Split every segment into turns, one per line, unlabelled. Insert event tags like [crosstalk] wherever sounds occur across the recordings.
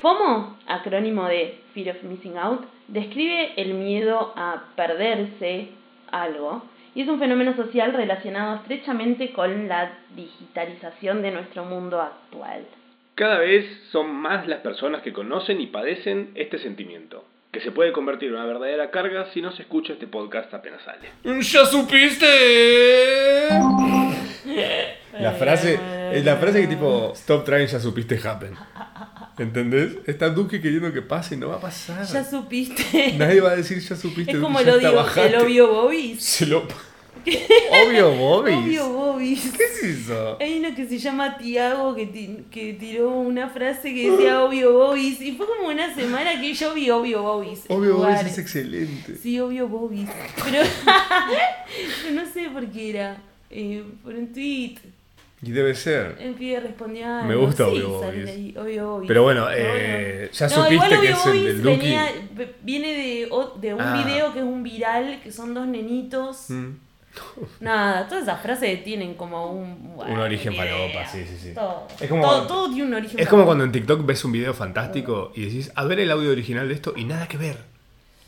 FOMO, acrónimo de Fear of Missing Out, describe el miedo a perderse algo y es un fenómeno social relacionado estrechamente con la digitalización de nuestro mundo actual.
Cada vez son más las personas que conocen y padecen este sentimiento, que se puede convertir en una verdadera carga si no se escucha este podcast apenas sale.
¿Ya supiste? La frase, es la frase que tipo, stop trying, ya supiste happen. ¿Entendés? Está Duque queriendo que pase y no va a pasar.
Ya supiste.
Nadie va a decir, [laughs] ya supiste.
es como
Duque,
el
ya está,
odio,
bajate".
el obvio Bobby.
Se lo... Obvio, Bobby.
Obvio Bobby.
¿Qué es eso?
Hay uno que se llama Tiago que, ti- que tiró una frase que decía obvio Bobis y fue como una semana que yo vi obvio Bobis. en
Obvio, Bobby
lugares.
es excelente.
Sí, obvio Bobis. Pero [laughs] yo no sé por qué era. Eh, por un tweet.
Y debe ser.
En pie respondía.
Me gusta
sí,
Obvio
sale
Bobis.
ahí, Obvio Bobis.
Pero bueno,
Pero
eh, ya
No,
supiste
igual
que
Obvio
es el del
Bobis
Duki.
venía- ve- viene de, o- de un
Ah.
video que es un viral, que son dos nenitos.
Mm.
Nada, todas esas frases tienen como un...
Un origen
idea.
falopa, sí, sí, sí.
Todo.
Es como-
todo, todo tiene un origen
Es como
falopa.
cuando en TikTok ves un video fantástico y decís, a ver el audio original de esto y nada que ver.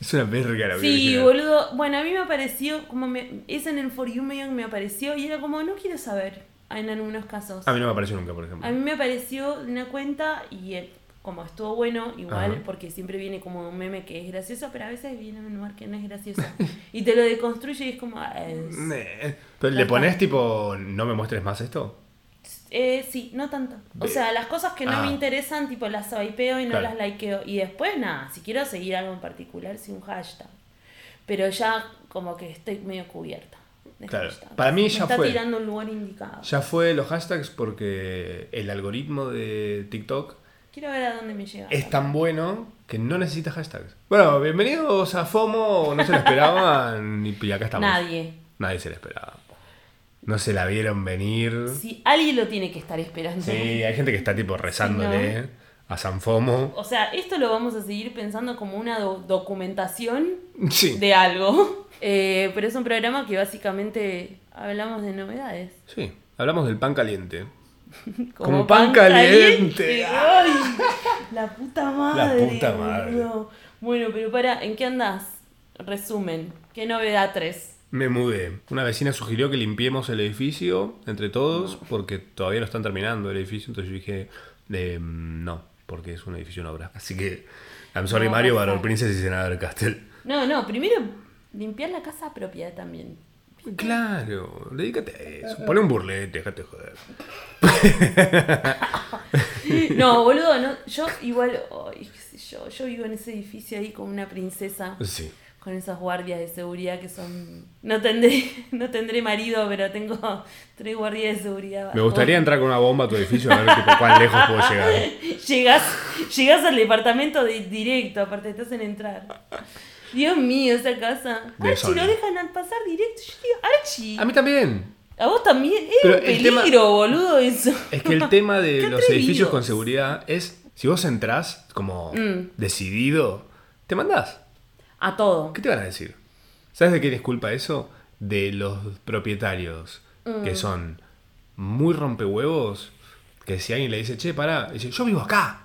Es una verga el audio
Sí,
original.
boludo. Bueno, a mí me apareció, como me... Es en el For You medio que me apareció y era como, no quiero saber, en algunos casos.
A mí no me apareció nunca, por ejemplo.
A mí me apareció de una cuenta y eh, como estuvo bueno, igual,
Ajá.
porque siempre viene como un meme que es gracioso, pero a veces viene un lugar que no es gracioso. [laughs] y te lo deconstruye y es como... ah, es-
Eh, Pero
Ya
le
está.
pones tipo, no me muestres más esto.
Eh, sí, no tanto. O
Ve-
sea, las cosas que no
Ah.
me interesan, tipo las swipeo y no
Claro.
las likeo. Y después, nada, si quiero seguir algo en particular, sí un hashtag. Pero ya como que estoy medio cubierta. de
Claro.
hashtags.
Para mí
Me
ya
está
fue.
tirando un lugar indicado.
Ya fue los hashtags porque el algoritmo de TikTok
Quiero ver a dónde me llega.
es tan bueno que no necesita hashtags. Bueno, bienvenidos a FOMO, no se lo esperaban [laughs] y y acá estamos.
Nadie.
Nadie se lo esperaba. No se la vieron venir.
Si alguien lo tiene que estar esperando.
Sí, hay gente que está tipo rezándole
Sí,
a San Fomo.
O sea, esto lo vamos a seguir pensando como una do- documentación
Sí.
de algo. [laughs] Eh, pero es un programa que básicamente hablamos de novedades.
Sí, hablamos del pan caliente.
Como
Como
pan
pan
caliente.
caliente.
Ay, la puta madre.
La puta madre.
boludo. Bueno, pero para, ¿en qué andás? Resumen. ¿Qué novedad 3?
Me mudé. Una vecina sugirió que limpiemos el edificio entre todos porque todavía no están terminando el edificio. Entonces yo dije, eh, no, porque es un edificio en obra. Así que, I'm sorry
No,
Mario,
pasa.
Valor Princess y Senador Castel.
No, no, primero limpiar la casa propia también.
Claro, dedícate a eso. Pone un burlete, déjate joder.
No, boludo, no, yo igual, ay, qué sé yo, yo vivo en ese edificio ahí con una princesa,
Sí.
con esas guardias de seguridad que son... No tendré, [laughs] no tendré marido, pero tengo tres guardias de seguridad.
Me gustaría entrar con una bomba a tu edificio a ver tipo, cuán lejos puedo
[laughs]
llegar.
Llegás, llegás Ah, al departamento de- directo, aparte te hacen entrar. Dios mío, esa casa.
De
Archie,
Sony.
lo dejan al pasar directo. Yo digo, Archie,
A mí también.
a vos también. Es
Pero
un
el tema-
peligro, boludo, eso.
Es
[laughs]
que el tema de
Qué
los edificios
atrevidos.
con seguridad es, si vos entrás como
Mm.
decidido, te mandás.
A todo.
¿Qué te van a decir? ¿Sabes de quién es culpa eso? De los propietarios,
Mm.
que son muy rompehuevos, que si alguien le dice, che, pará, dice, yo vivo acá,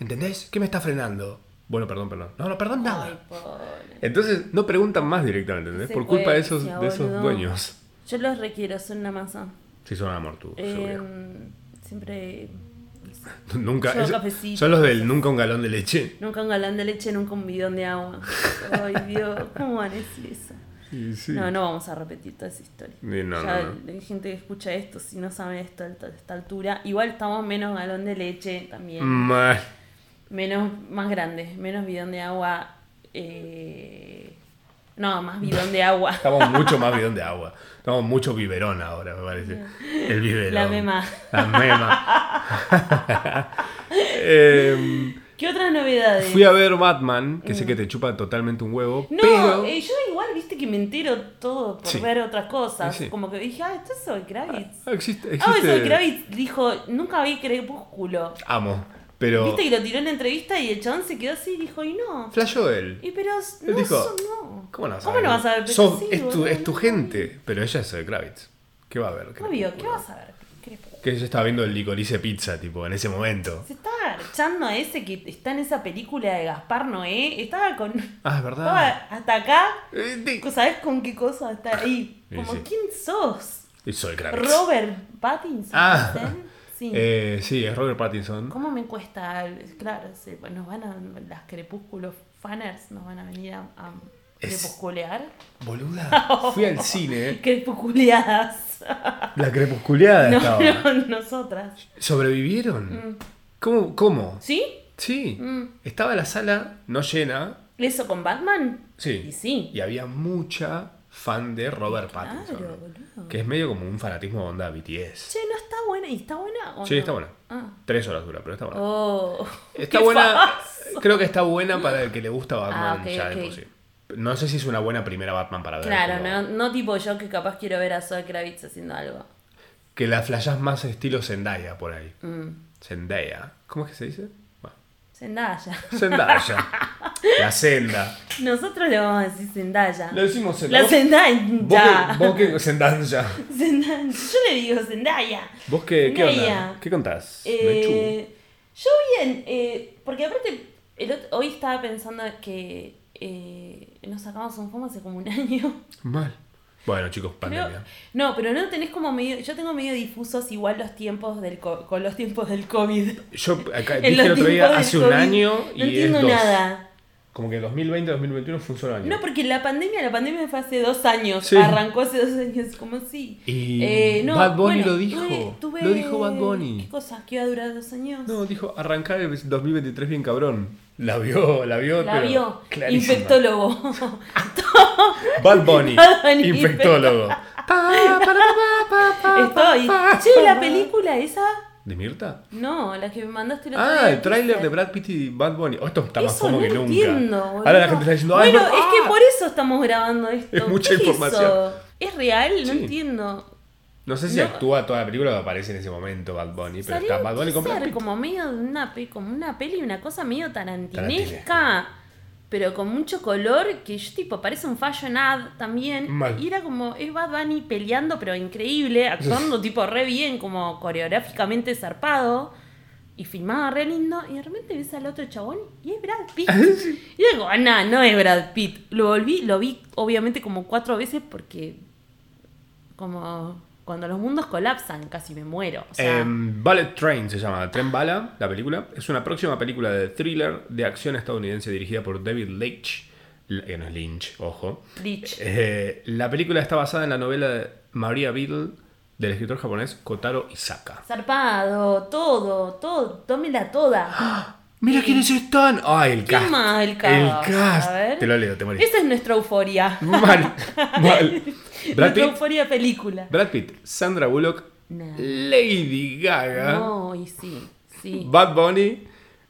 ¿entendés? ¿Qué me está frenando? Bueno, perdón, perdón. No, no, perdón, nada.
Ay, pobre.
Entonces no preguntan más directamente, ¿entendés? Por culpa de esos,
Secuencia,
de esos
boludo.
dueños.
Yo los requiero, son una masa.
Sí, son amor tu
Eh,
seguridad.
siempre.
[laughs] Nunca.
yo
es-
cafecito,
son los del nunca un galón de leche.
Nunca un galán de leche, nunca un bidón de
[laughs]
agua. Ay, Dios, ¿cómo van a decir eso?
Sí, sí.
No, no vamos a repetir toda esa historia.
Y no,
ya
no, no.
hay gente que escucha esto, si no sabe esto a esta- esta altura, igual estamos menos galón de leche también,
Mal.
menos más grandes, menos bidón de agua. eh, No, más bidón de agua.
[laughs] Estamos mucho más bidón de agua. Estamos mucho biberón ahora, me parece. El biberón.
La mema.
La mema. [laughs] Em,
¿Qué otras novedades?
fui a ver Batman, que sé que te chupa totalmente un huevo,
No,
pero...
eh, yo igual viste que me entero todo por
Sí.
ver otras cosas.
Sí, sí.
Como que dije, ah, esto es Zoe Kravitz.
Ah, existe,
Ah,
existe-
Zoe Kravitz dijo, nunca vi crepúsculo.
Amo, pero...
Viste que lo tiró en la entrevista y el chabón se quedó así y dijo, y no.
Flashó él.
Y pero
Él
no,
dijo,
eso no.
¿Cómo no vas a
¿Cómo
ver?
no vas a ver?
Sos-
Sí,
es, tu,
boludo,
es tu
no.
gente, pero ella es de Kravitz. ¿Qué va a ver?
Obvio, ¿qué vas a ver? Crepúsculo.
Que yo estaba viendo el licorice pizza, tipo, en ese momento.
Se estaba archando a ese que está en esa película de Gaspar Noé. Estaba con.
Ah, es
Estaba
verdad.
hasta acá.
Eh, sí.
¿Sabes con qué cosa está ahí?
Sí,
Como,
sí.
¿quién sos?
Y soy Kravitz.
Robert Pattinson.
Ah.
¿dicen? Sí.
[laughs] Eh, sí, es Robert Pattinson.
¿Cómo me cuesta? Claro, se- nos van a. Las crepúsculos faners nos van a venir a, a
Es-
crepusculear.
Boluda,
[laughs]
fui al cine, ¿eh?
Crepusculeadas.
la crepusculeada
No, [laughs]
estaba.
no, nosotras.
¿Sobrevivieron?
Mm.
¿Cómo? ¿Cómo?
¿Sí?
Sí.
Mm.
Estaba la sala no llena.
¿Eso con Batman?
Sí.
Y sí.
Y había mucha fan de Robert Pattinson.
Claro, boludo.
Que es medio como un fanatismo onda BTS.
Che, no está buena. ¿Y está buena? o
Sí,
no?
está buena.
Ah.
Tres horas dura, pero está buena.
Oh.
Está
qué
buena.
faz.
Creo que está buena para el que le gusta
Ah,
Batman
ok,
ya de
ok.
por sí. No sé si es una buena primera Batman para ver.
Claro,
pero
no, no tipo yo que capaz quiero ver a Zoe Kravitz haciendo algo.
Que la flashás más estilo Zendaya por ahí.
Mm.
Zendaya. ¿Cómo es que se dice? Bueno,
Zendaya. [laughs]
Zendaya. [laughs] la senda.
Nosotros le vamos a decir Zendaya.
Le decimos Zendaya.
La
¿Vos
Zendaya.
que, vos que- Zendaya.
[laughs] Zendaya. Yo le digo Zendaya.
¿Vos qué, qué onda?
Zendaya.
¿Qué contás? Mechu?
Eh, yo bien, eh, porque aparte, el ot- hoy estaba pensando que eh, nos sacamos un fondo hace como un [laughs] año.
Mal. Bueno, chicos,
Creo-
pandemia.
no, pero no tenés como medio, yo tengo medio difusos igual los tiempos del co- con los tiempos del COVID.
Yo
[laughs]
acá
En
Eh, dije
los
el otro
tiempos
día
del
hace un
COVID.
año y
No entiendo
es dos.
nada.
Como que 2020-2021 fue un solo año.
No, porque la pandemia, la pandemia fue hace dos años.
Sí.
Arrancó hace dos años, como si.
Y
Eh, no,
Bad Bunny
bueno,
lo dijo.
tuve- tuve-
Lo dijo Bad Bunny.
¿Qué cosa? ¿Que iba a durar dos años?
No, dijo arrancar el 2023 bien cabrón. La vio, la vio.
La
pero
vio.
clarísima.
Infectólogo.
[laughs] Bad Bunny,
Bad Bunny,
infectólogo. Pa, pa, pa, pa, pa, [laughs]
Estoy.
pa,
Che,
pa,
la
pa.
película esa.
¿De Mirta?
No, la que me mandaste el otro
Ah,
día
el tráiler de
Twitter.
Brad Pitt y Bad Bunny. Oh, esto está más
Eso
como
no
que nunca.
entiendo, boludo.
Ahora la gente está diciendo, ay,
Bueno,
no,
es
ah.
que por eso estamos grabando esto.
[laughs] Es mucha
¿Qué eso?
información.
¿Es real? No
Sí.
entiendo.
No sé si
No.
actúa toda la película que aparece en ese momento Bad Bunny, pero
Salió
está Bad Bunny con Brad
teaser
Pitt.
como medio de una, pe- como una peli, una cosa medio tarantinesca, pero con mucho color, que yo tipo, parece un fashion ad también.
Mal.
Y era como, es Bad Bunny peleando, pero increíble,
[laughs]
actuando tipo re bien, como coreográficamente zarpado. Y filmaba re lindo, y de repente ves al otro chabón y es Brad
[laughs]
Pitt. y digo, ah, no, no es Brad Pitt. Lo volví, lo vi obviamente como cuatro veces porque como cuando los mundos colapsan casi me muero. O sea,
Em, Bullet Train se llama, Tren Bala, la película. Es una próxima película de thriller de acción estadounidense dirigida por David Leitch. L- Que no es Lynch, ojo.
Leitch.
Eh, la película está basada en la novela de Maria Beadle del escritor japonés Kotaro Isaka.
Zarpado, todo, todo, tómela
[gasps]
toda.
¡Mira quiénes están! ¡Ay, el
¿Qué
cast!
más el cast?
El cast.
A ver.
Te lo leo, te morís.
Esa es nuestra euforia.
[laughs] Mal, mal.
[laughs]
Brad
nuestra
Pitt,
euforia película.
Brad Pitt, Sandra Bullock,
Nah.
Lady Gaga,
No, y sí, sí.
Bad Bunny,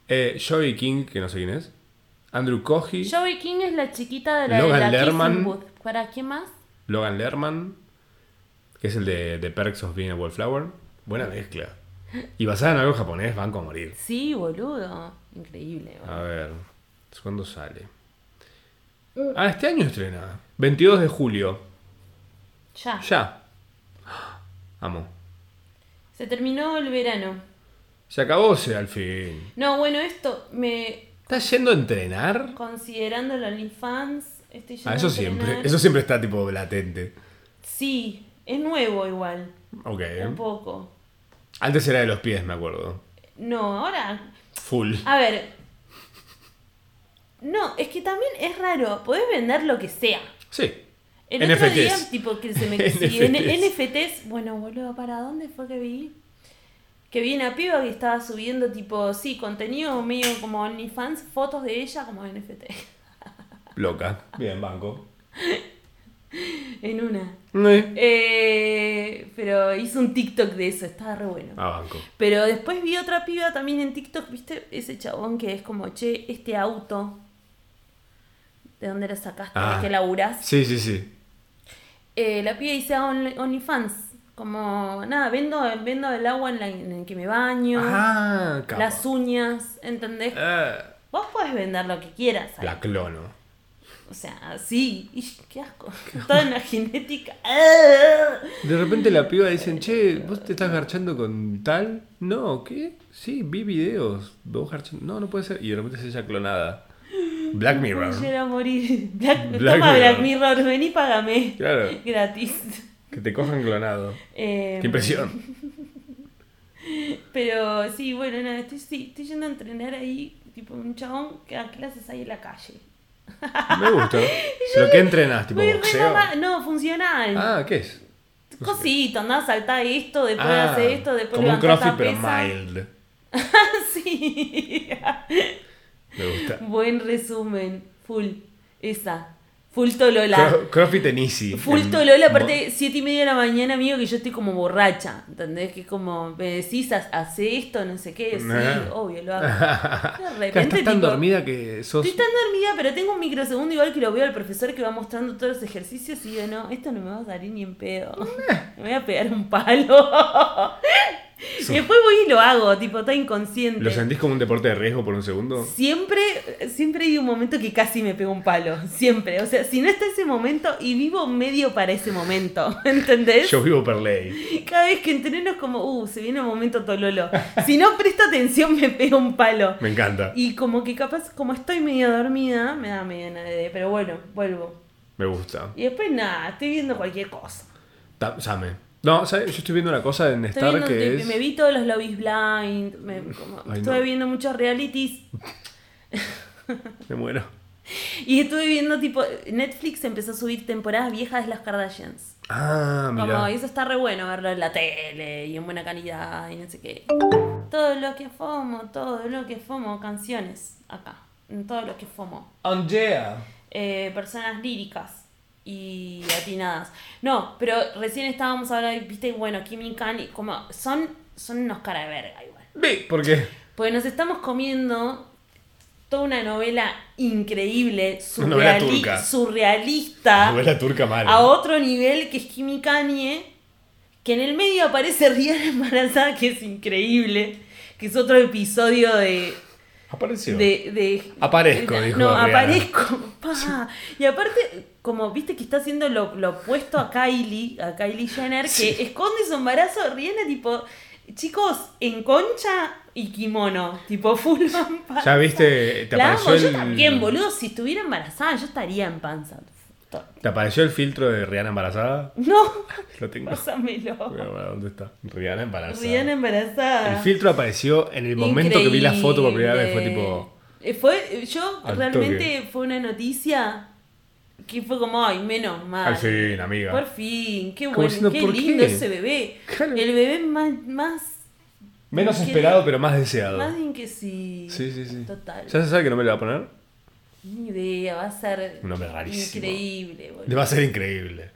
eh, Joey King, que no sé quién es, Andrew Koji,
Joey King es la chiquita de la de
Logan
la
Lerman.
Kissing Booth. ¿Para quién más?
Logan Lerman, que es el de, de Perks of Being a Wallflower. Buena mezcla. Y basada en algo japonés, van a morir.
Sí, boludo. Increíble. boludo.
A ver, ¿cuándo sale? Ah, este año estrena. 22 de julio.
Ya.
Ya. [gasps] Amo.
Se terminó el verano.
Se acabó se al fin.
No, bueno, esto me
¿Estás yendo a entrenar?
considerando los OnlyFans, estoy yendo
Ah,
a
eso siempre.
entrenar.
Eso siempre está tipo latente.
Sí, es nuevo igual,
Ok.
un poco.
Antes era de los pies, me acuerdo.
No, ahora
Full.
A ver. No, es que también es raro. Podés vender lo que sea.
Sí.
El otro día,
NFTs.
tipo, que se me
NFTs.
sí, en- NFTs. Bueno, boludo, ¿para dónde fue que vi? Que vi una piba que estaba subiendo, tipo, sí, contenido medio como OnlyFans, fotos de ella como NFT.
Loca. Bien, banco.
[laughs] En una.
Eh.
Eh, pero hizo un TikTok de eso, estaba re bueno.
Ah, banco.
Pero después vi otra piba también en TikTok, ¿viste? Ese chabón que es como, che, este auto, ¿de dónde lo sacaste?
Ah.
¿De qué laburás?
Sí, sí, sí.
Eh, la piba dice a Only- OnlyFans, como, nada, vendo, vendo el agua en, la, en el que me baño,
Ah, capa.
las uñas, ¿entendés?
Ah,
Vos podés vender lo que quieras. ahí.
la clono.
O sea, así. Ish, [laughs] ¡Qué asco! Toda en la genética. [laughs] ¡Ah!
De repente la piba dicen, che, ¿vos te estás garchando con tal? No, ¿qué? Sí, vi videos de vos garchando. No, no puede ser. Y de repente es ella clonada. Black Mirror.
Yo era morir. Black,
Black
toma Black
Mirror.
Mirror, ven y págame.
Claro.
Gratis.
Que te cojan clonado.
Eh, [laughs]
Qué impresión.
Pero sí, bueno, nada, estoy, sí, estoy yendo a entrenar ahí, tipo un chabón que da clases ahí en la calle.
Me gusta. Lo que entrenas, tipo
Voy re
boxeo.
mamá- No, funcional.
Ah, ¿qué es?
Cosito, andá a saltar esto, después
Ah,
hacer esto, después
como un
levantá esta
crossfit, pero
pesa.
mild.
[laughs] sí.
Me gusta.
Buen resumen. Full. Esa. Full Tolola.
Cro- Crossfit en easy.
Full
En-
Tolola, aparte, siete y media de la mañana, amigo, que yo estoy como borracha. ¿Entendés? Que es como, me decís, haz- hace esto, no sé qué. Sí,
Nah.
obvio, lo
[laughs]
hago. De
Claro,
repente,
Estás tan
tipo,
dormida que sos.
Estoy tan dormida, pero tengo un microsegundo igual que lo veo al profesor que va mostrando todos los ejercicios y digo, no, esto no me va a salir ni en pedo.
Eh.
Me voy a pegar un
[laughs]
palo. Y después voy y lo hago, tipo, está inconsciente.
¿Lo sentís como un deporte de riesgo por un segundo?
Siempre, siempre hay un momento que casi me pego un palo. Siempre. O sea, si no está ese momento y vivo medio para ese momento. [laughs] ¿Entendés?
Yo vivo per ley.
Cada vez que entreno es como, uh, se viene el momento tololo. Si no presta atención, me pego un palo.
Me encanta.
Y como que capaz, como estoy medio dormida, me da medio nadie. Pero bueno, vuelvo.
Me gusta.
Y después nada, estoy viendo cualquier cosa.
Ta- Same. No, ¿sabes? Yo estoy viendo una cosa en
Estoy
Star
viendo,
que
te- me
es.
vi todos los lobbies blind, me, como-
Ay, no.
estuve viendo muchos realities.
Me muero.
Y estuve viendo tipo, Netflix empezó a subir temporadas viejas de las Kardashians.
Ah,
Como, y
mira.
eso está re bueno verlo en la tele y en buena calidad y no sé qué. Todo lo que fomo, todo lo que fomo, canciones acá. en Todo lo que fomo.
Andrea.
eh, personas líricas y atinadas. No, pero recién estábamos hablando, viste, bueno, Kim y Kanye, como son, son unos cara de verga igual.
Vi, ¿por qué?
Porque nos estamos comiendo toda una novela increíble,
Una novela
surreali-
turca.
surrealista,
Novela turca mala.
a otro nivel que es Kim y Kanye, que en el medio aparece [laughs] Rihanna embarazada, que es increíble, que es otro episodio de
Apareció.
de, de-
Aparezco,
de-
dijo
No,
Rihanna. [laughs]
aparezco. pa. Y aparte, como viste que está haciendo lo, lo opuesto a Kylie, a Kylie Jenner, que
Sí.
esconde su embarazo, Rihanna tipo, chicos, en concha y kimono, tipo full on panza.
Ya viste, te
La amo,
apareció
yo
el-
también, boludo, si estuviera embarazada, yo estaría en panza.
¿Te apareció el filtro de Rihanna embarazada?
No, [laughs]
Lo tengo. Voy a
pásamelo.
ver ¿Dónde está? Rihanna embarazada.
Rihanna embarazada.
El filtro apareció en el momento que vi la foto por primera vez. Fue
Increíble.
tipo.
Eh, Fue, yo
Al
realmente fue una noticia que fue como, ay, menos mal.
Al fin, amiga.
Por fin, qué
Como
bueno,
diciendo,
qué
¿por
lindo
qué?
ese bebé.
Claro.
El bebé más, más,
Menos
¿Qué?
esperado, pero más deseado.
más bien que sí.
Sí, sí, sí.
Total.
¿Ya se sabe que no me lo va a poner?
Ni idea, va a ser
Un hombre rarísimo.
increíble, boludo.
Va a ser increíble.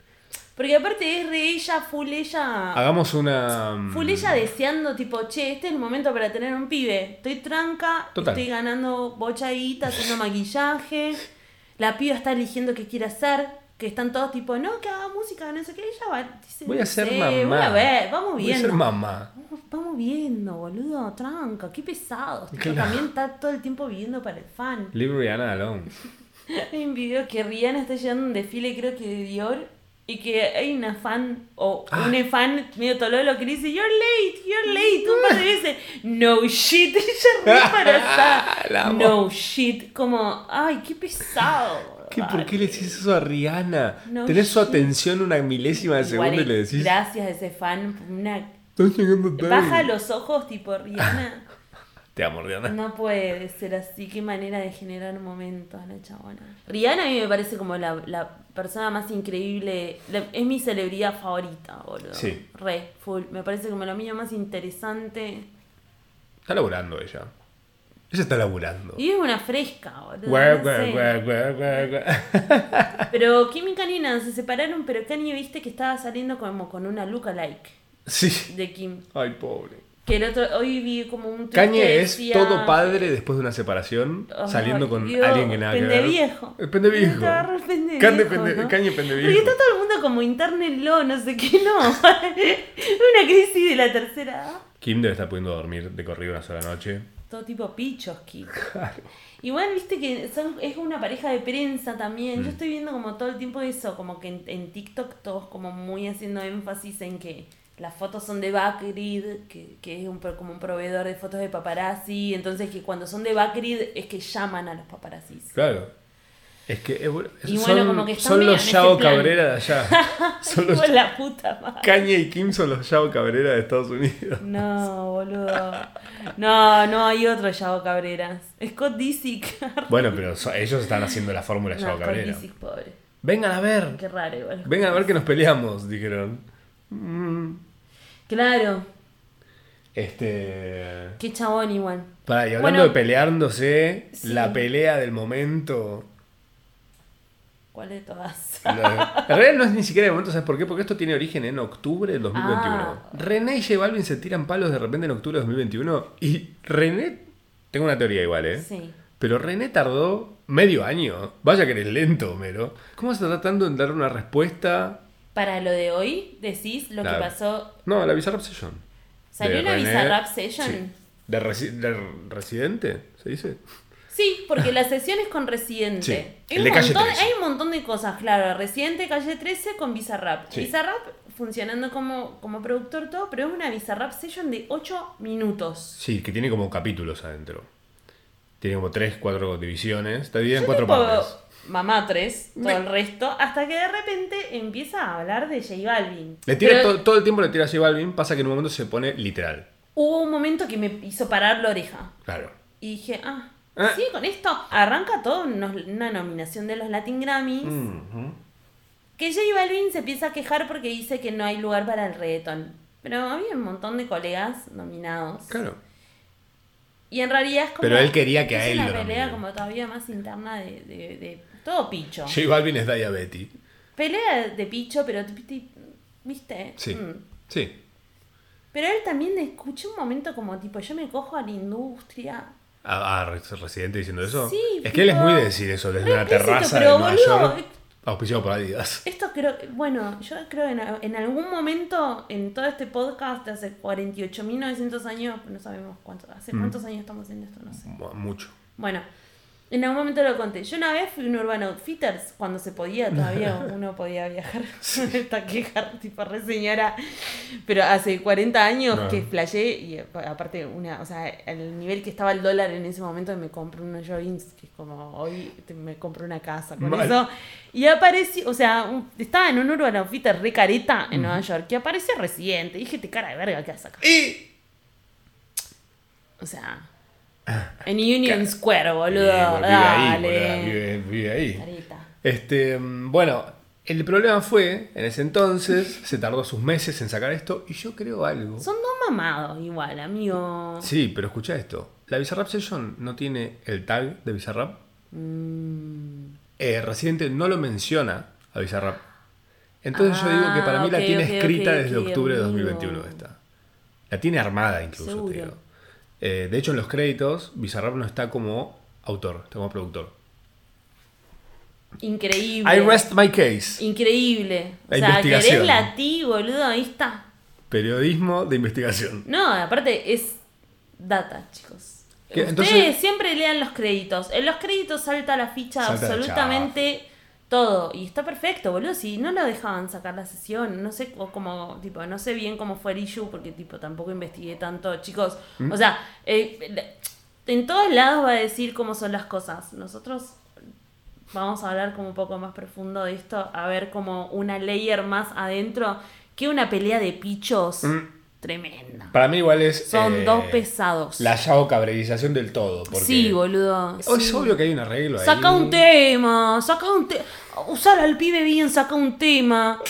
Porque aparte es re ella, full ella.
Hagamos una. mm,
Full ella deseando, tipo, che, este es el momento para tener un pibe. Estoy tranca,
Total.
estoy ganando bocha de guita, haciendo maquillaje. La piba está eligiendo qué quiere hacer. Que están todos tipo, no, que haga música, no sé qué. Ella va, dice,
Voy a
no
ser
sé,
mamá.
Voy a ver, vamos
Voy a
viendo.
ser mamá.
Vamos- Vamos viendo, boludo, tranca, qué pesado. Tipo,
Claro.
También está todo el tiempo viviendo para el fan.
Leave Rihanna alone.
[laughs] Hay un video que Rihanna está llevando un desfile, creo que de Dior, y que hay una fan, o
Ah.
un fan medio tololo que le dice, You're late, you're late, un par de veces, No shit, [laughs] ella re
[laughs] Ah, La
embarazada.
amo.
no shit, como, ay, qué pesado.
¿Qué,
dale".
¿Por qué le decís eso a Rihanna?
No
Tenés su
shit.
atención una milésima de
Igual
segundo y
es
le decís.
Gracias a ese fan, una...
Estás llegando tarde.
Baja los ojos, tipo, Rihanna.
Te amo, Rihanna.
No puede ser así, qué manera de generar momentos, la chabona. Rihanna a mí me parece como la, la persona más increíble, la- es mi celebridad favorita, boludo.
Sí.
Re, full. Me parece como la mía más interesante.
Está laburando ella. Ella está laburando.
Y es una fresca, boludo.
Guau,
no
guau,
sé.
guau, guau, guau, guau. [laughs]
Pero Kim y Kanye nada, se separaron, pero Kanye viste que estaba saliendo como con una lookalike
Sí.
de Kim.
Ay, pobre.
Que el otro, hoy vi como un tweet
Kanye
que
es
decía-
todo padre después de una separación,
Ay,
saliendo con
Dios,
alguien que nada que ver. Eh,
pendeviejo.
El pendeviejo.
Te agarra el pendeviejo,
Kanye pende-
¿no?
Kanye
Porque
pendeviejo.
está todo el mundo como internenlo, no sé qué, no. [laughs] Una crisis de la tercera edad.
Kim debe estar pudiendo dormir de corrido una sola noche.
todo tipo pichoski. Igual, viste que son, es una pareja de prensa también. Yo estoy viendo como todo el tiempo eso, como que en, en TikTok todos como muy haciendo énfasis en que las fotos son de Backgrid, que, que es un, pro- como un proveedor de fotos de paparazzi. Entonces que cuando son de Backgrid es que llaman a los paparazzis.
Claro. Es que eh, bueno,
Y
son,
bueno, como que están
son
medio en
los
ese
Yao
plan.
Cabrera de
[laughs]
allá. Son los-
Hijo de la puta madre.
Kanye y Kim son los Yao Cabrera de Estados Unidos.
No, boludo. No, no hay otro Yao Cabreras. Scott Disick.
Bueno, pero so- ellos están haciendo la fórmula
No,
Yao
Scott
Cabrera. Ah.
Disick, pobre.
Vengan a ver.
Qué raro igual.
Vengan a ver que nos peleamos, dijeron. Mm.
Claro,
Este.
qué chabón igual.
Pará, y hablando
Bueno.
de peleándose,
Sí.
la pelea del momento.
¿Cuál de todas?
la- en realidad no es ni siquiera de momento, ¿sabes por qué? Porque esto tiene origen en octubre del 2021.
Ah.
René y J Balvin se tiran palos de repente en octubre de 2021. Y René. Tengo una teoría igual, ¿eh?
Sí.
Pero René tardó medio año. Vaya que eres lento, Homero. ¿Cómo se está tratando de dar una respuesta?
Para lo de hoy, decís lo
Claro.
que pasó.
No, la Bizarrap Session.
¿Salió
De
una
René-
Bizarrap Session?
Sí. ¿De, resi- de residente? ¿Se dice?
Sí, porque la sesión es con Residente.
Sí,
Hay
el
un
de Calle
montón-
13.
Hay un montón de cosas, claro. Residente, Calle 13 con Bizarrap.
Sí.
Bizarrap funcionando como, como productor todo, pero es una Bizarrap Session de 8 minutos.
Sí, que tiene como capítulos adentro. Tiene como tres, cuatro divisiones. Está dividida
Yo
en cuatro
tipo,
partes.
Mamá 3, todo
Me-
el resto, hasta que de repente empieza a hablar de J Balvin.
Le tira
Pero
to- todo el tiempo le tira a J Balvin, pasa que en un momento se pone literal.
Hubo un momento que me hizo parar la oreja.
Claro.
Y dije, ah,
Ah.
sí, con esto arranca todo unos- una nominación de los Latin Grammys.
Mhm.
Que J Balvin se empieza a quejar porque dice que no hay lugar para el reggaetón. Pero había un montón de colegas nominados.
Claro.
Y en realidad es como.
Pero él quería que
es
a él
una
lo
pelea
nominen.
como todavía más interna de. de- de- todo picho.
J Balvin es diabetes.
Pelea de picho, pero. t- t- ¿Viste?
Sí.
Mm.
Sí.
Pero él también escuché un momento como tipo: yo me cojo a la industria.
A, a Ah, Re- residente diciendo eso.
Sí,
es que él es
tipo,
muy de decir eso desde
re
una
explícito,
terraza de
pero,
Nueva
boludo,
York. Auspiciado por Adidas.
Esto creo, bueno, yo creo que en, en algún momento en todo este podcast de hace 48.900 años, pues no sabemos cuántos, hace
Mm.
cuántos años estamos haciendo esto, no sé.
Mu- Mucho.
Bueno, en algún momento lo conté. Yo una vez fui un Urban Outfitters, cuando se podía, todavía
[laughs]
uno podía viajar. [laughs] Esta queja, tipo re señora. Pero hace 40 años
No.
que flashé, y aparte, una, o sea, el nivel que estaba el dólar en ese momento, me compré unos joggings, que es como hoy te- me compré una casa con
Mal.
eso. Y apareció, o sea, un- estaba en un Urban Outfitters re careta en Nueva York, que apareció residente. Dije, te cara de verga, ¿qué haces acá?
Y.
O sea. En Union Square, boludo.
Eh, bueno, vive ahí,
Dale.
boluda, vive- vive ahí.
Carita.
Este, mm, bueno, el problema fue, en ese entonces, se tardó sus meses en sacar esto, y yo creo algo.
Son dos mamados igual, amigo.
Sí, pero escucha esto. La Bizarrap Session no tiene el tag de Bizarrap.
Mm.
Eh, Residente no lo menciona a Bizarrap. Entonces yo
Ah,
digo que para mí la
ok,
tiene
ok,
escrita
ok,
desde
ok,
octubre de
amigo.
2021 esta. La tiene armada incluso,
Seguro.
te digo. Eh, de hecho, en los créditos, Bizarrap no está como autor, está como productor.
Increíble.
I rest my case.
Increíble. O
La
sea, querés
investigación.
la ti, boludo, ahí está.
Periodismo de investigación.
No, aparte es data, chicos.
¿Qué?
Ustedes
Entonces-
siempre lean los créditos. En los créditos salta la ficha
Salta la
absolutamente todo. Y está perfecto, boludo. Si no lo dejaban sacar la sesión, no sé o como, tipo, no sé bien cómo fue el issue, porque tipo tampoco investigué tanto, chicos. O sea, eh, la- en todos lados va a decir cómo son las cosas. Nosotros vamos a hablar como un poco más profundo de esto, a ver como una layer más adentro que una pelea de pichos
Mm.
tremenda.
Para mí igual es...
Son
eh,
dos pesados.
La Yao cabrerización del todo. Porque
Sí, boludo.
Es
sí.
obvio que hay un arreglo ahí.
Saca un tema, saca un tema. Usar al pibe bien, saca un tema.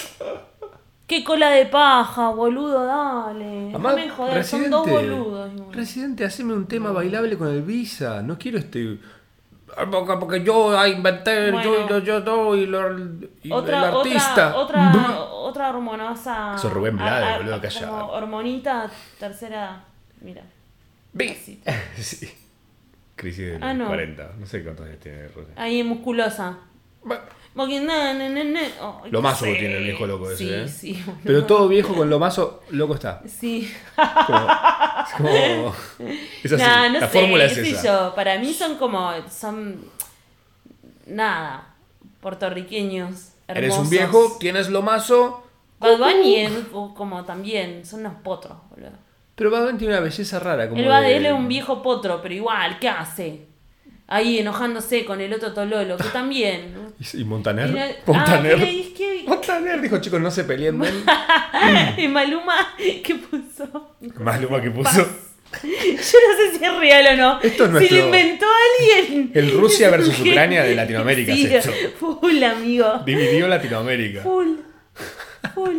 Qué cola de paja, boludo, dale.
Además,
Déjame joder, son dos boludos. boludo.
Residente, haceme un tema bailable con el Visa. No quiero este. Ah, Porque, porque yo ah, inventé,
Bueno.
yo, y lo- yo doy, y lo- y
Otra,
el artista.
otra, otra,
[laughs] Brum.
otra hormonosa.
Eso es Rubén Blades,
a- a-
boludo, callá.
como Hormonita, tercera edad. Mira. [laughs]
Bing.
Así.
Sí. Crisis de
Ah, no.
40. No sé cuántos años tiene Rosé.
Ahí musculosa. Porque na, na, na, na. Ay,
Lo
no
mazo que
sé.
tiene el viejo loco ese,
Sí,
¿eh?
sí. boludo.
Pero todo viejo con lo mazo loco está.
Sí.
Como- es
[laughs]
como. Es así.
Nah, no
la
sé,
fórmula es
qué sé
esa.
yo. Para mí son como. Son. Nada. Puertorriqueños. Hermosos.
Eres un viejo, tienes lo mazo.
Bad Bunny es co- como también. Son unos potros, boludo.
Pero Bad Bunny tiene una belleza rara. Como
El Bad
de-
él es un viejo potro, pero igual, ¿qué hace? Ahí enojándose con el otro Tololo, que también.
Y y Montaner.
Mira-
Montaner.
Ah, ¿qué- qué- [laughs]
Montaner dijo, chicos, no se peleen. men".
Y ah, Maluma, ¿qué puso?
Maluma que
Paz. [laughs]
puso.
Yo no sé si es real o no.
Esto es
Si
nuestro-
lo inventó alguien.
El
[laughs]
Rusia
Es un
versus
genio.
Ucrania de Latinoamérica es
Sí,
esto.
Full, amigo.
Dividió Latinoamérica.
Full. Full.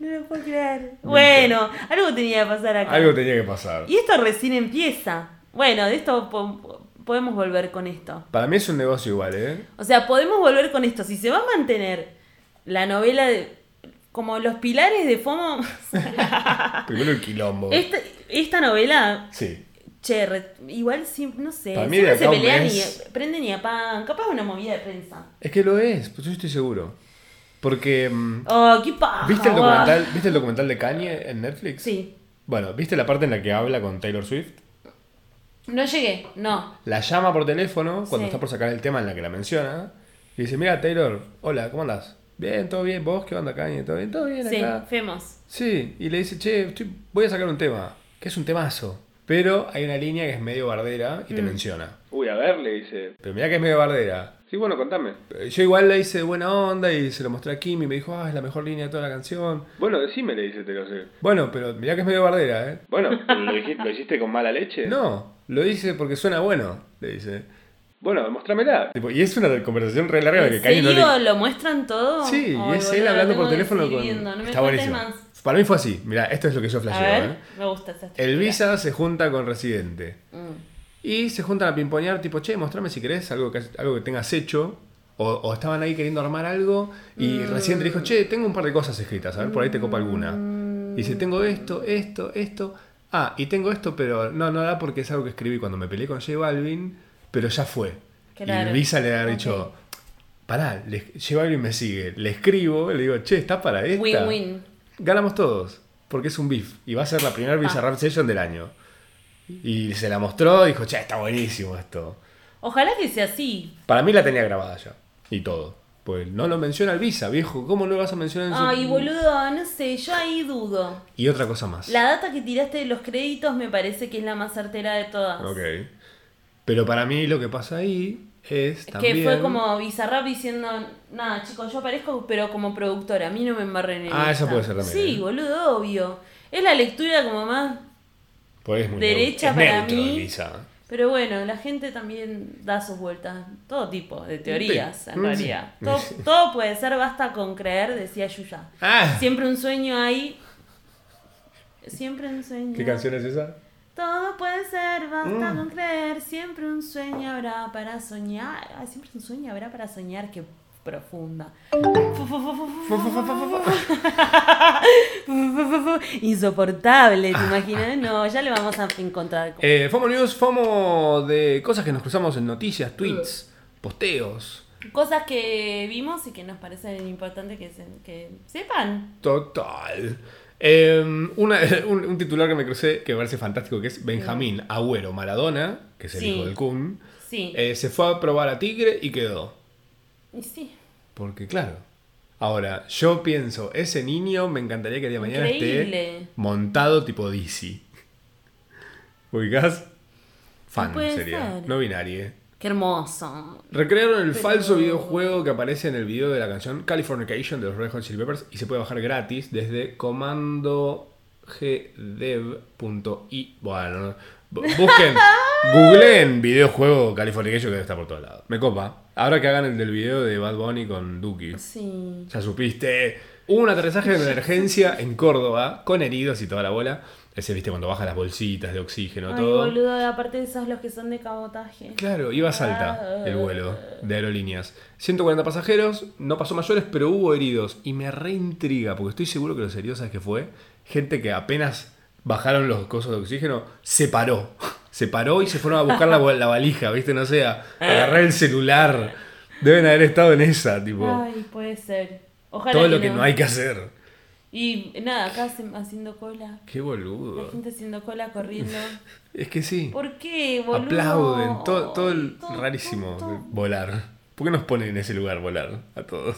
No lo puedo creer. Bueno, algo tenía que pasar acá.
Algo tenía que pasar.
Y esto recién empieza. Bueno, de esto po- po- podemos volver con esto.
Para mí es un negocio igual, ¿eh?
O sea, podemos volver con esto. Si se va a mantener la novela de- como los pilares de FOMO. [laughs]
[laughs]
Ah.
Primero el quilombo.
esta, esta novela
Sí.
Che, re- igual sí, no sé,
Para mí
siempre
de acá
se
a un
pelean
mes-
y prenden y apagan. Capaz una movida de prensa.
Es que lo es, pues yo estoy seguro. Porque. mm,
Oh, qué paja.
¿viste, el
guau.
documental, ¿Viste el documental de Kanye en Netflix?
Sí.
Bueno, ¿viste la parte en la que habla con Taylor Swift?
No llegué, no.
La llama por teléfono cuando
Sí.
está por sacar el tema en la que la menciona. Y dice: Mira, Taylor, hola, ¿cómo andás? Bien, todo bien. ¿Vos qué onda, Kanye? ¿Todo bien? ¿Todo bien
Sí,
acá?
Femos.
Sí, y le dice, che, estoy- voy a sacar un tema, que es un temazo. Pero hay una línea que es medio bardera y te menciona.
Mm. Uy, a ver, le dice.
Pero mirá que es medio bardera.
Sí, bueno, contame.
Eh, Yo igual le hice buena onda y se lo mostré a Kim y me dijo, ah, es la mejor línea de toda la canción.
Bueno, decime, le dice Taylor Swift.
Bueno, pero mirá que es medio bardera, ¿eh?
Bueno, pero ¿lo dijiste, lo hiciste con mala leche?
No, lo hice porque suena bueno, le dice.
Bueno, mostrámela.
Tipo, y es una conversación re larga de que
¿En
Kanye no
serio
le...
lo muestran todo? Ay,
Sí, y es
boludo,
él
lo
hablando
tengo
por
que
teléfono
seguir
con...
viendo, no me
Está
cuentes
buenísimo. Para mí fue así, mirá, esto es lo que yo
más. A
flasheo,
ver,
¿eh?
me gusta esa estructura.
Elvisa se junta con Residente.
Mm.
Y se juntan a pimponear, tipo, che, mostrame si querés algo que, algo que tengas hecho. O, o estaban ahí queriendo armar algo. Y
Mm.
recién te dijo, che, tengo un par de cosas escritas, a ver, por ahí te copa alguna. Y
Mm.
dice, tengo esto, esto, esto. Ah, y tengo esto, pero no, no da porque es algo que escribí cuando me peleé con J Balvin, pero ya fue.
Claro.
Y Visa le ha
Ok.
dicho, pará, le, J Balvin me sigue. Le escribo, le digo, che, ¿estás para esta?
Win-win.
Ganamos todos, porque es un beef. Y va a ser la primera
Ah.
Bizarrap Session del año. Y se la mostró, dijo, che, está buenísimo esto.
Ojalá que sea así.
Para mí la tenía grabada ya. Y todo. Pues no lo menciona el Visa, viejo. ¿Cómo no lo vas a mencionar en su-
Ay, boludo, no sé, yo ahí dudo.
Y otra cosa más.
La data que tiraste de los créditos me parece que es la más certera de todas.
Ok. Pero para mí lo que pasa ahí es también...
Que fue como Bizarrap diciendo, nada, chicos, yo aparezco, pero como productora, a mí no me embarren en esa".
Ah, esa puede ser también,
Sí,
¿eh?
boludo, obvio. Es la lectura como más.
Pues es muy
Derecha
neu-
para
neutro,
mí.
el Visa.
Pero bueno, la gente también da sus vueltas. Todo tipo de teorías,
Sí.
en realidad.
Sí.
Todo, todo puede ser, basta con creer, decía Yuya.
Ah,
Siempre un sueño hay. Siempre un sueño.
¿Qué canción es esa?
Todo puede ser, basta
Mm.
con creer. Siempre un sueño habrá para soñar. Ah, siempre un sueño habrá para soñar. Qué profunda. Fu, fu, fu, fu, fu, fu, fu, fu, fu. Insoportable, ¿te imaginas? No, ya le vamos a encontrar. con-
Eh, FOMO News, FOMO de cosas que nos cruzamos en noticias, tweets, posteos.
Cosas que vimos y que nos parecen importantes que, se- que sepan.
Total. Eh, una- [laughs] un, un titular que me crucé que me parece fantástico, que es Benjamín Agüero Maradona, que es el
Sí.
hijo del Kun,
Sí.
eh, se fue a probar a Tigre y quedó.
Y sí.
Porque claro. Ahora, yo pienso, ese niño me encantaría que el día de mañana
Increíble.
esté montado tipo DC. ¿Ubicás? Fan
No puede
sería.
ser.
No binario. eh.
Qué hermoso.
Recrearon el
Pero-
falso videojuego que aparece en el video de la canción Californication de los Red Hot Chili Peppers y se puede bajar gratis desde comandogdev.i. Bueno, no- bu-
[laughs]
busquen, googleen videojuego Californication que está por todos lados. Me copa. Ahora que hagan el del video de Bad Bunny con Duki.
Sí.
Ya supiste. Hubo un aterrizaje de emergencia en Córdoba con heridos y toda la bola. Ese, viste, cuando bajan las bolsitas de oxígeno,
Ay,
todo.
boludo, aparte de esos los que son de cabotaje.
Claro, iba a Salta el vuelo de aerolíneas. 140 pasajeros, no pasó mayores, pero hubo heridos. Y me reintriga, porque estoy seguro que los heridos, ¿sabes qué fue? Gente que apenas bajaron los cosos de oxígeno, se paró. Se paró y se fueron a buscar la, la valija, ¿viste? No sé, a agarrar el celular.
Deben haber estado en esa, tipo.
Ay, puede ser. Ojalá
todo lo que no hay que hacer.
Y nada, acá se- haciendo cola.
Qué
La
boludo.
gente haciendo cola
[laughs]
corriendo.
Es que sí.
¿Por qué, boludo?
Aplauden. Todo, todo el
Todo
rarísimo. de
tonto.
Volar. ¿Por qué nos ponen en ese lugar volar a todos?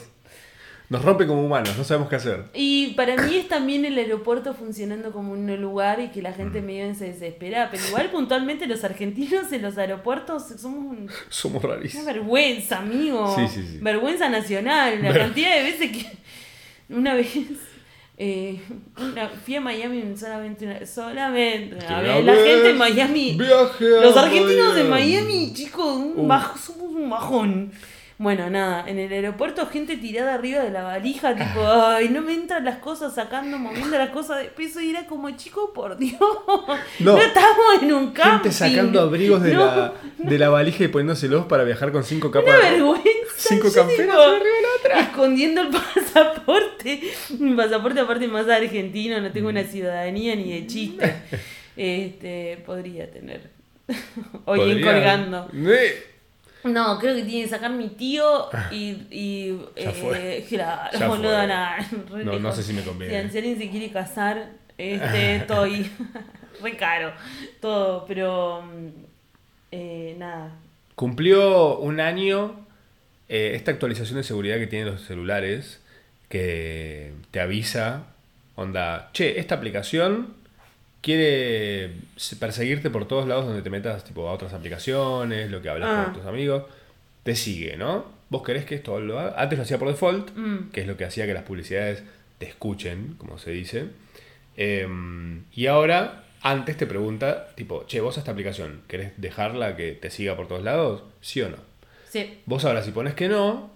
Nos rompe como humanos, no sabemos qué hacer.
Y para mí es también el aeropuerto funcionando como un lugar y que la
Mm.
gente medio se desespera. Pero igual puntualmente los argentinos en los aeropuertos somos un-
Somos
una
rarísimos.
vergüenza, amigo.
Sí, sí, sí.
Vergüenza nacional. La
Ver-
cantidad de veces que... [laughs] Una vez... eh, una- fui a Miami solamente una, solamente una vez. La gente en Miami...
Viaje a
Los argentinos de
Miami.
Miami, chicos, un
Uh.
bajo, somos un bajón. Bueno, nada, en el aeropuerto gente tirada arriba de la valija, tipo,
Ah.
ay, no me entran las cosas sacando, moviendo las cosas de peso, y era como, chico, por Dios, no,
No.
estamos en un camping.
Gente sacando abrigos de,
No,
la, de la valija y poniéndoselos para viajar con cinco capas.
Una vergüenza.
Cinco
yo
camperas
digo,
arriba de la otra.
Escondiendo el [laughs] pasaporte. Mi pasaporte aparte más argentino, no tengo
Mm.
una ciudadanía ni de chiste. Este, podría tener. [laughs] Hoy en
Podrían-
colgando.
Eh,
No, creo que tiene que sacar mi tío y. y eh,
Ya fue.
Claro,
Ya
boludo,
fue.
nada, re
No, no
lejos.
sé si me
Si
conviene.
Anselin se quiere casar,
[laughs]
este, estoy. [laughs] re caro. Todo, pero. mm, eh, nada.
Cumplió un año eh, esta actualización de seguridad que tienen los celulares que te avisa, onda, che, esta aplicación quiere se- perseguirte por todos lados donde te metas, tipo a otras aplicaciones, lo que hablas
Ah.
con tus amigos, te sigue, ¿no? Vos querés que esto lo haga. Antes lo hacía por default,
Mm.
que es lo que hacía que las publicidades te escuchen, como se dice. Em, y ahora, antes te pregunta, tipo, che, vos a esta aplicación, ¿querés dejarla que te siga por todos lados? ¿Sí o no?
Sí,
Vos ahora, si pones que no,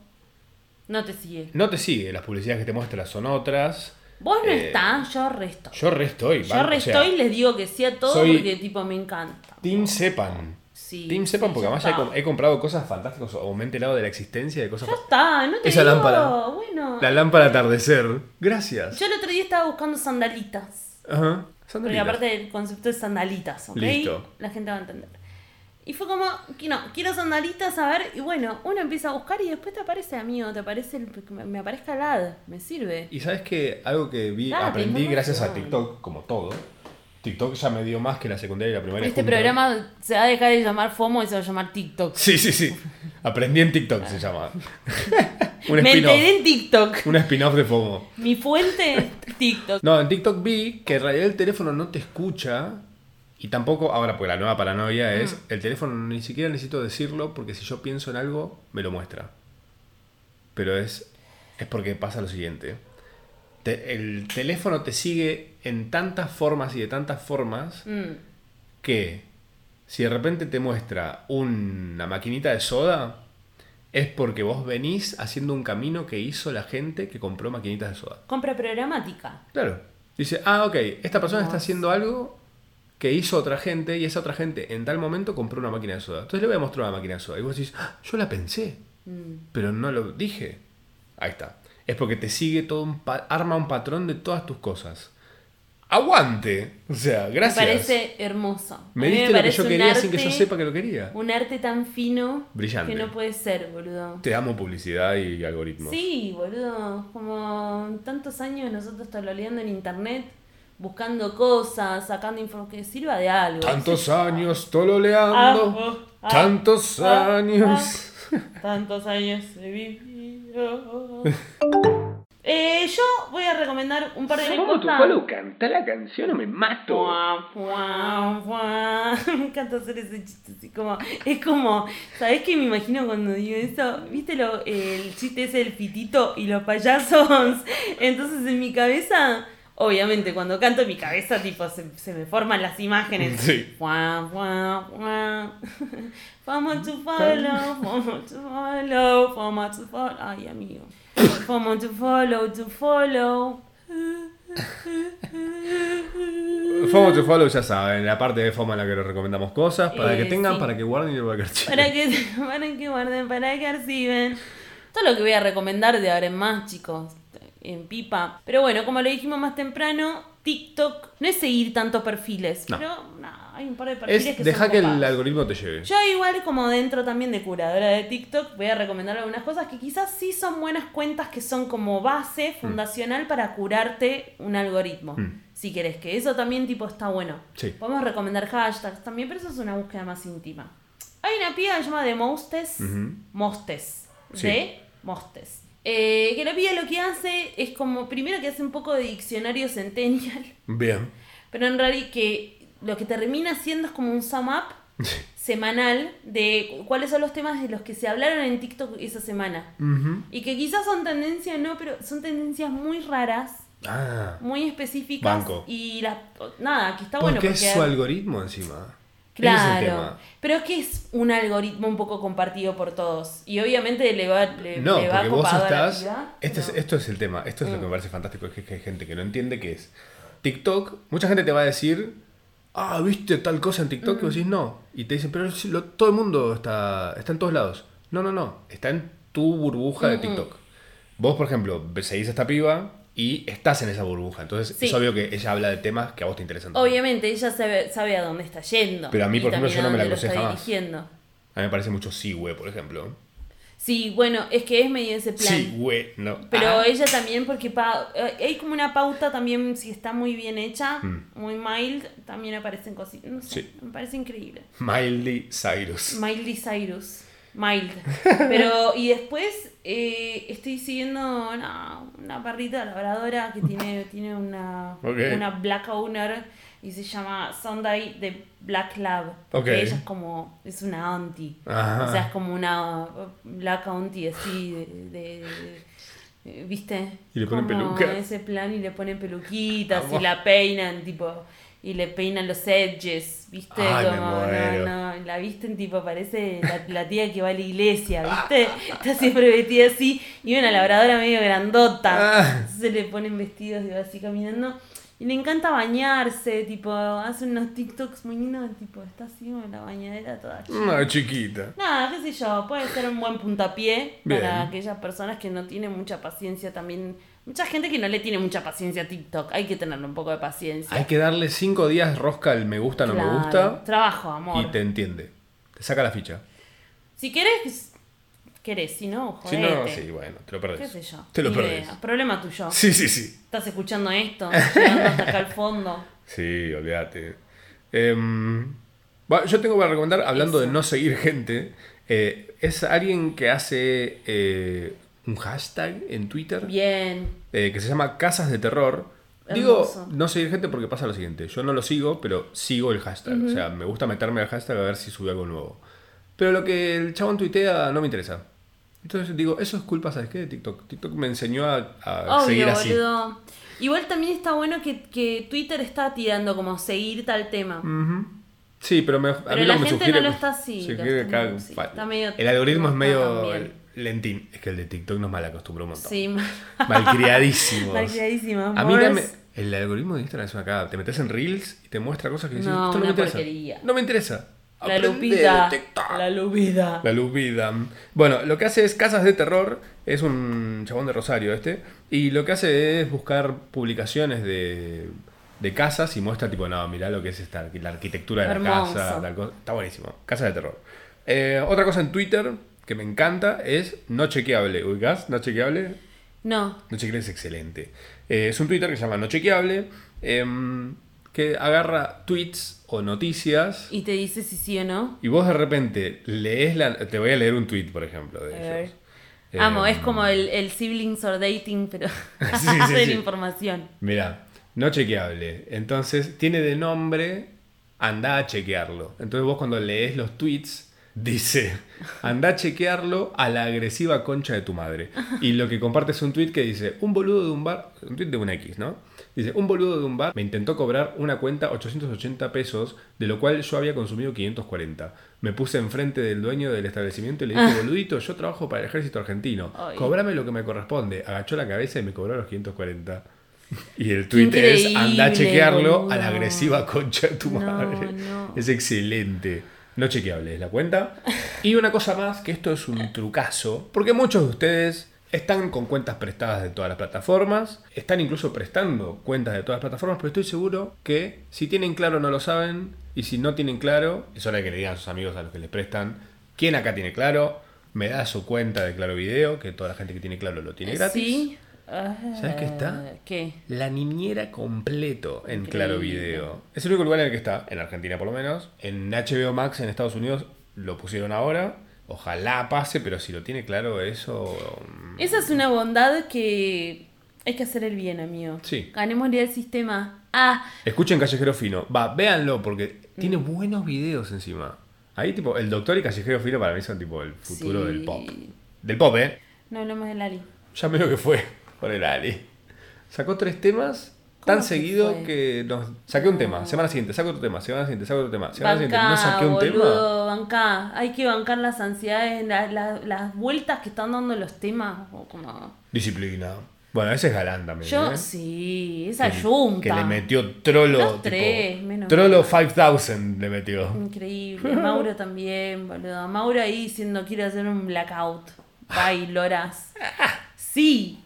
no te sigue.
no te sigue. Las publicidades que te muestras son otras.
Vos no
Eh,
estás, yo resto.
Yo re estoy.
Yo
banco,
re
o sea,
estoy y les digo que sí a todo
soy-
porque, tipo, me encanta.
Team sepan.
Sí,
Team sepan
sí,
porque
ya
además ya he,
está.
com- he comprado cosas fantásticas o me he enterado de la existencia de cosas.
Ya está, no te
Esa
digo.
lámpara.
Bueno.
La lámpara atardecer. Gracias.
Yo el otro día estaba buscando sandalitas.
Ajá.
Porque
Sandalitas.
aparte el concepto es sandalitas, ¿ok?
Listo.
La gente va a entender. Y fue como, que no, quiero sandalitas, a ver, y bueno, uno empieza a buscar y después te aparece, amigo, te aparece, el, me me aparezca el ad, me sirve.
Y sabes que algo que vi,
Date,
aprendí
información.
gracias a TikTok, como todo. TikTok ya me dio más que la secundaria y la primaria.
Este
juntas.
programa se va a dejar de llamar FOMO y se va a llamar TikTok.
Sí, sí, sí. Aprendí en TikTok,
[laughs]
se llama. un
me enteré
spin-off.
en TikTok.
Un spin-off de FOMO.
Mi fuente [laughs] es TikTok.
No, en TikTok vi que en realidad el teléfono no te escucha. Y tampoco, ahora porque la nueva paranoia es, el teléfono ni siquiera necesito decirlo porque si yo pienso en algo, me lo muestra. Pero es, es porque pasa lo siguiente. Te- el teléfono te sigue en tantas formas y de tantas formas
Mm,
que si de repente te muestra una maquinita de soda, es porque vos venís haciendo un camino que hizo la gente que compró maquinitas de soda.
compra programática.
Claro. Dice, ah, ok, esta persona
Hermoso.
está haciendo algo que hizo otra gente y esa otra gente en tal momento compró una máquina de soda. Entonces le voy a mostrar una máquina de soda. Y vos decís, "Ah, yo la pensé,
Mm.
pero no lo dije. Ahí está. Es porque te sigue todo un pa- arma un patrón de todas tus cosas. Aguante. O sea, gracias.
Me parece hermoso.
Me
A mí
diste lo que
parece
yo
un
quería sin que
arte-
yo sepa que lo quería.
Un arte tan fino
Brillante.
que no puede ser, boludo.
Te amo publicidad y algoritmos.
Sí, boludo. Como tantos años nosotros tololeando en internet, buscando cosas, sacando información que sirva de algo.
Tantos
Sí.
años tololeando.
Ah, ah,
tantos
ah,
años.
Tantos años he vivido. [laughs] Eh, yo voy a recomendar un par de
¿Cómo tu
cosas.
palo canta la canción o me mato?
Fuá, fuá, fuá. [laughs] Me encanta hacer ese chiste así como. Es como. ¿Sabés qué me imagino cuando digo eso? ¿Viste lo, el chiste ese del pitito y los payasos? [laughs] Entonces en mi cabeza. Obviamente, cuando canto en mi cabeza, tipo, se, se me forman las imágenes.
Sí.
Fuá, fuá, fuá. Fama to follow, fama to follow, fama to follow. Ay, amigo. Fama to follow, to follow.
FOMO to follow, ya saben, la parte de FOMO en la que les recomendamos cosas, para
Eh,
que tengan,
sí.
para que guarden y para que archiven.
Para que, [laughs] para que guarden, para que archiven. Todo lo que voy a recomendar de ahora en más, chicos, en pipa. Pero bueno, como lo dijimos más temprano, TikTok no es seguir tantos perfiles,
No.
pero no, hay un par de perfiles
Es
que
deja
son
que el
copados.
algoritmo te lleve.
Yo igual como dentro también de curadora de TikTok voy a recomendar algunas cosas que quizás sí son buenas cuentas que son como base fundacional para curarte un algoritmo.
Mm.
Si querés, que eso también tipo está bueno.
Sí.
Podemos recomendar hashtags también, pero eso es una búsqueda más íntima. Hay una piba que se llama de Mostes,
Ujú.
Mostes,
Sí.
de Mostes. Eh, que la piba lo que hace es como, primero que hace un poco de diccionario centennial,
Bien.
pero en realidad que lo que termina haciendo es como un sum up semanal de cu- cuáles son los temas de los que se hablaron en TikTok esa semana.
Ujú.
Y que quizás son tendencias, no, pero son tendencias muy raras,
Ah.
muy específicas.
Banco.
Y las nada, que está bueno
Porque
porque...
es su algoritmo encima. Ese es el
Claro,
tema.
pero es que es un algoritmo un poco compartido por todos. Y obviamente le va, le,
No,
le va
porque vos
copado a la
estás.
vida, Mm.
este es-
pero-
esto es el tema. Esto es lo que me parece fantástico. Es que hay gente que no entiende qué es. TikTok, mucha gente te va a decir. Ah, viste tal cosa en TikTok.
Mm.
Y vos decís no. Y te dicen, pero si lo- todo el mundo está, está en todos lados. No, no, no. Está en tu burbuja de TikTok. Vos, por ejemplo, seguís a esta piba y estás en esa burbuja. Entonces
Sí.
es obvio que ella habla de temas que a vos te interesan. también.
Obviamente ella sabe, sabe a dónde está yendo.
Pero a mí,
y
por ejemplo,
también
yo no
a
me la
dónde lo
crucé
está
jamás.
dirigiendo.
A mí me parece mucho sí, güey, por ejemplo.
Sí, bueno, es que es medio ese plan.
Sí, güey, no.
Pero
Ah.
ella también, porque pa- eh, hay como una pauta también, si está muy bien hecha,
Mm.
muy mild, también aparecen cositas. No sé,
Sí.
me parece increíble.
Miley Cyrus.
Miley Cyrus. Mild. Pero, y después eh, estoy siguiendo una, una perrita labradora que tiene, tiene una,
Ok.
una black owner y se llama Sunday de Black Lab. Porque
Ok.
ella es como, es una auntie.
Ajá.
O sea, es como una black auntie así de- de- de eh, ¿Viste?
Y le ponen
Como
peluca. Ah,
ese plan y le ponen peluquitas
Amo.
y la peinan, tipo. Y le peinan los edges, ¿viste?
Ay, me
Como,
muero.
no, no, la visten, tipo, parece la, la tía que va a la iglesia, ¿viste? Está siempre vestida así y una labradora medio grandota.
Ah.
Entonces le ponen vestidos y va así caminando. Y le encanta bañarse, tipo, hace unos TikToks muy lindos, tipo, está así como en la bañadera toda chica.
Una chiquita.
Nada, qué sé yo, puede ser un buen puntapié para
Bien.
aquellas personas que no tienen mucha paciencia también. Mucha gente que no le tiene mucha paciencia a TikTok, hay que tenerle un poco de paciencia.
Hay que darle cinco días rosca al me gusta, no
Claro.
me gusta.
Trabajo, amor.
Y te entiende. Te saca la ficha.
Si querés, querés, si no,
Si
jodete.
no, sí, bueno, te lo perdés.
Qué sé yo.
Te lo
ni
perdés.
idea. Problema tuyo.
Sí, sí, sí.
Estás escuchando esto, llegando hasta acá al fondo.
Sí, olvídate. Em, va, yo tengo para recomendar, hablando de
Eso.
no seguir gente, eh, es alguien que hace eh, un hashtag en Twitter.
Bien.
eh, que se llama Casas de Terror.
Hermoso.
Digo, no seguir gente porque pasa lo siguiente. Yo no lo sigo, pero sigo el hashtag. O sea, me gusta meterme al hashtag a ver si sube algo nuevo. Pero lo que el chabón tuitea no me interesa. Entonces digo, eso es culpa, ¿sabes qué? De TikTok. TikTok me enseñó a, a seguir
Obvio,
así.
boludo. Igual también está bueno que, que Twitter está tirando como seguir tal tema.
Ujú. Sí, pero me, a
Pero
mí
la
Mm, lo que me
gente
sugiere-
no lo está así,
sugiere
lo está-
acá,
sí,
fa-
está medio-
el algoritmo
no
es
está tan
medio
bien.
lentín. Es que el de TikTok nos malacostumbró un montón.
Sí, [laughs]
Malcriadísimos.
malcriadísimo.
A mí dame. El algoritmo de Instagram es una cagada. Te metes en Reels y te muestra cosas que dices,
No,
esto
una
no me interesa.
porquería.
No me interesa.
La
Aprende
lupita.
de TikTok.
La lupita.
La lupita. Bueno, lo que hace es Casas de Terror. Es un chabón de Rosario este. Y lo que hace es buscar publicaciones de, de casas y muestra, tipo, no, mirá lo que es esta, arqui- la arquitectura de
Hermoso.
la casa. tal cosa. Está buenísimo. Casas de Terror. Eh, otra cosa en Twitter que me encanta es No Chequeable. ¿Ubicás? No Chequeable.
No.
No chequeable es excelente. Eh, es un Twitter que se llama No Chequeable, em, que agarra tweets o noticias
Y te dice si sí o no.
y vos de repente lees la... Te voy a leer un tweet, por ejemplo, de
A ver.
ellos.
Eh,
Amo,
Em,
mm.
es como el, el siblings or dating,
[laughs]
pero
Sí,
[laughs]
sí,
de
sí.
la información.
Mirá, No Chequeable. Entonces, tiene de nombre Anda a chequearlo. Entonces vos cuando lees los tweets... [laughs] Dice, anda a chequearlo a la agresiva concha de tu madre. Y lo que comparte es un tweet que dice, un boludo de un bar, un tweet de un X, ¿no? Dice, un boludo de un bar me intentó cobrar una cuenta 880 pesos, de lo cual yo había consumido 540. Me puse enfrente del dueño del establecimiento y le dije, boludito, yo trabajo para el ejército argentino.
Ah. Ay.
Cobrame lo que me corresponde. Agachó la cabeza y me cobró los 540. Y el tweet es,
Increíble,
anda a chequearlo a la
boludo.
agresiva concha de tu
No,
madre.
no.
Es excelente. No chequeable es la cuenta. Y una cosa más, que esto es un trucazo, porque muchos de ustedes
Están con cuentas prestadas de todas las plataformas, están incluso prestando cuentas de todas las plataformas, pero estoy seguro que si tienen claro no lo saben, y si no tienen claro, es hora de que le digan a sus amigos a los que les prestan, ¿quién acá tiene claro? Me da su cuenta de Claro Video, que toda la gente que tiene claro lo tiene gratis.
Sí. Ah,
¿Sabes qué está?
¿Qué?
La niñera completo en Claro Video. Es el único lugar en el que está, en Argentina por lo menos. En HBO Max en Estados Unidos lo pusieron ahora. Ojalá pase, pero si lo tiene claro eso... mm,
Esa es una bondad que hay que hacer el bien, amigo.
Sí.
Ganémosle al sistema. Ah,
Escuchen Callejero Fino. Va, véanlo porque
Mm.
tiene buenos videos encima. Ahí tipo, el Doctor y Callejero Fino para mí son tipo el futuro
Sí.
del pop. Del pop, ¿eh?
no hablamos de Lali.
Ya me lo que fue por el Ali. Sacó tres temas
que
tan seguido
fue?
que nos... Saqué un tema, semana siguiente, saco otro tema, semana siguiente, saco otro tema, semana siguiente.
Bancá,
No saqué un tema.
boludo, bancá. Hay que bancar las ansiedades, la- la- las vueltas que están dando los temas. o como-
Disciplina. Bueno, ese es Galán también.
Yo,
¿eh?
sí, esa
Que-
yunta.
Que le metió Trollo.
Los
tipo,
tres, menos
Trollo
mal.
5000 le metió. [laughs]
Increíble. Mauro también, boludo. Mauro ahí diciendo quiero hacer un blackout. Bye, Loras. Sí.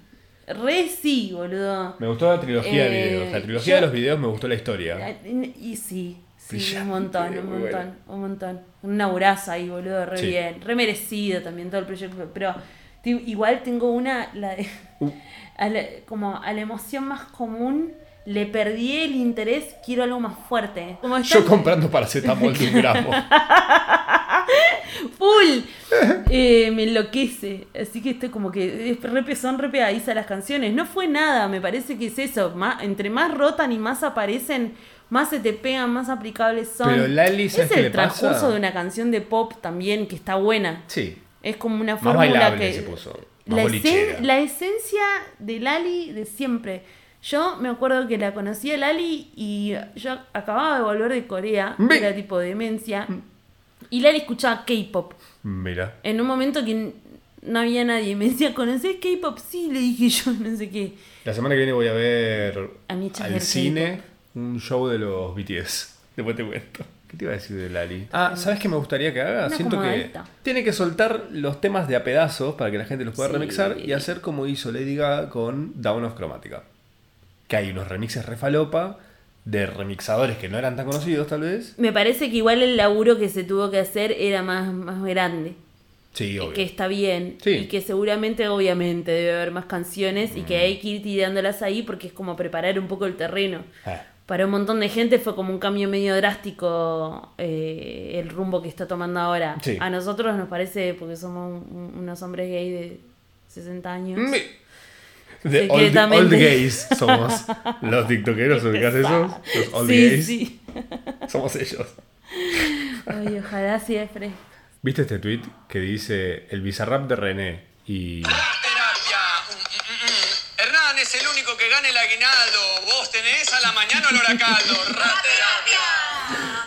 Re sí, boludo.
Me gustó la trilogía de
Eh,
videos. La trilogía
yo- eh,
de los videos me gustó la historia.
Y sí. Sí, un
Brillante,
montón, un
muy
montón,
bueno.
un montón. Una buraza ahí, boludo, re
Sí.
bien. Re merecido también todo el proyecto. Pero te- igual tengo una, la de-
Uh.
[laughs] a la- como a la emoción más común, le perdí el interés, quiero algo más fuerte. Como
Yo
están-
comprando paracetamol
[laughs]
de un gramo. [laughs]
full. Eh, me enloquece. Así que estoy como que es re pesón, re pegadiza las canciones. No fue nada, me parece que es eso. Má- entre más rotan y más aparecen, más se te pegan, más aplicables son.
Pero, Lali,
es el
¿sabes qué le pasa?
transcurso de una canción de pop también que está buena.
Sí.
Es como una
Más
fórmula
bailable
que.
se puso, más
La, esen-
bolichera.
la esencia de Lali de siempre. Yo me acuerdo que la conocí a Lali y yo acababa de volver de Corea,
Ve.
era tipo demencia. Y Lali escuchaba K-pop.
Mira.
En un momento que n- no había nadie. Me decía, ¿conoces K-pop? Sí, le dije yo, [laughs] no sé qué.
La semana que viene voy a ver
A mí echas
al
ver
cine un show de los BTS. Después te cuento. ¿Qué te iba a decir de Lali? Ah, ¿sabes qué me gustaría que haga?
Una
Ah, Siento que
acomodadita.
tiene que soltar los temas de a pedazos para que la gente los pueda
Sí.
remixar y hacer como hizo Lady Gaga con Down of Chromatica. Que hay unos remixes refalopa de remixadores que no eran tan conocidos tal vez.
Me parece que igual el laburo que se tuvo que hacer era más, más grande.
Sí,
y
obvio.
que está bien
Sí.
y que seguramente obviamente debe haber más canciones y que
Mm.
hay que ir tirándolas ahí porque es como preparar un poco el terreno.
Ah, [laughs]
Para un montón de gente fue como un cambio medio drástico eh, el rumbo que está tomando ahora.
Sí.
A nosotros nos parece, porque somos un- unos hombres gay de 60 años.
Me- De old,
Secretamente.
old gays somos
[laughs]
los tiktokeros, ¿ubicás esos? Los old
sí,
gays
sí.
somos ellos.
Ay, ojalá siempre.
¿Viste este tweet que dice el bizarrap de René y
terapia. mm, Hernán es el único que gana el aguinaldo. Vos tenés a la mañana olor a caldo. Ra terapia.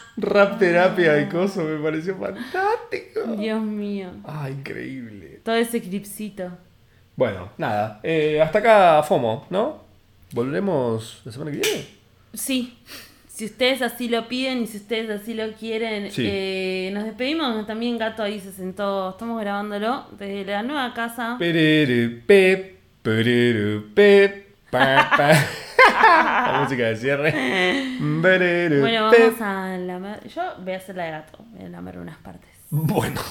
rap terapia y coso me pareció fantástico?
Dios mío.
Ah, increíble.
Todo ese clipcito.
Bueno, nada, eh, hasta acá FOMO, ¿no? ¿Volveremos la semana que viene?
Sí. Si ustedes así lo piden y si ustedes así lo quieren,
Sí.
eh, nos despedimos. También Gato ahí se sentó. Estamos grabándolo desde la nueva casa.
Perere, pe, perere, pe, pa, pa.
[laughs]
La música de cierre. Perere,
Bueno,
pe.
vamos a lamer. Yo voy a hacer la de gato. Voy a lamer unas partes.
Bueno.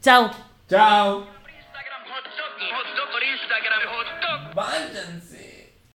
Chau.
Chao.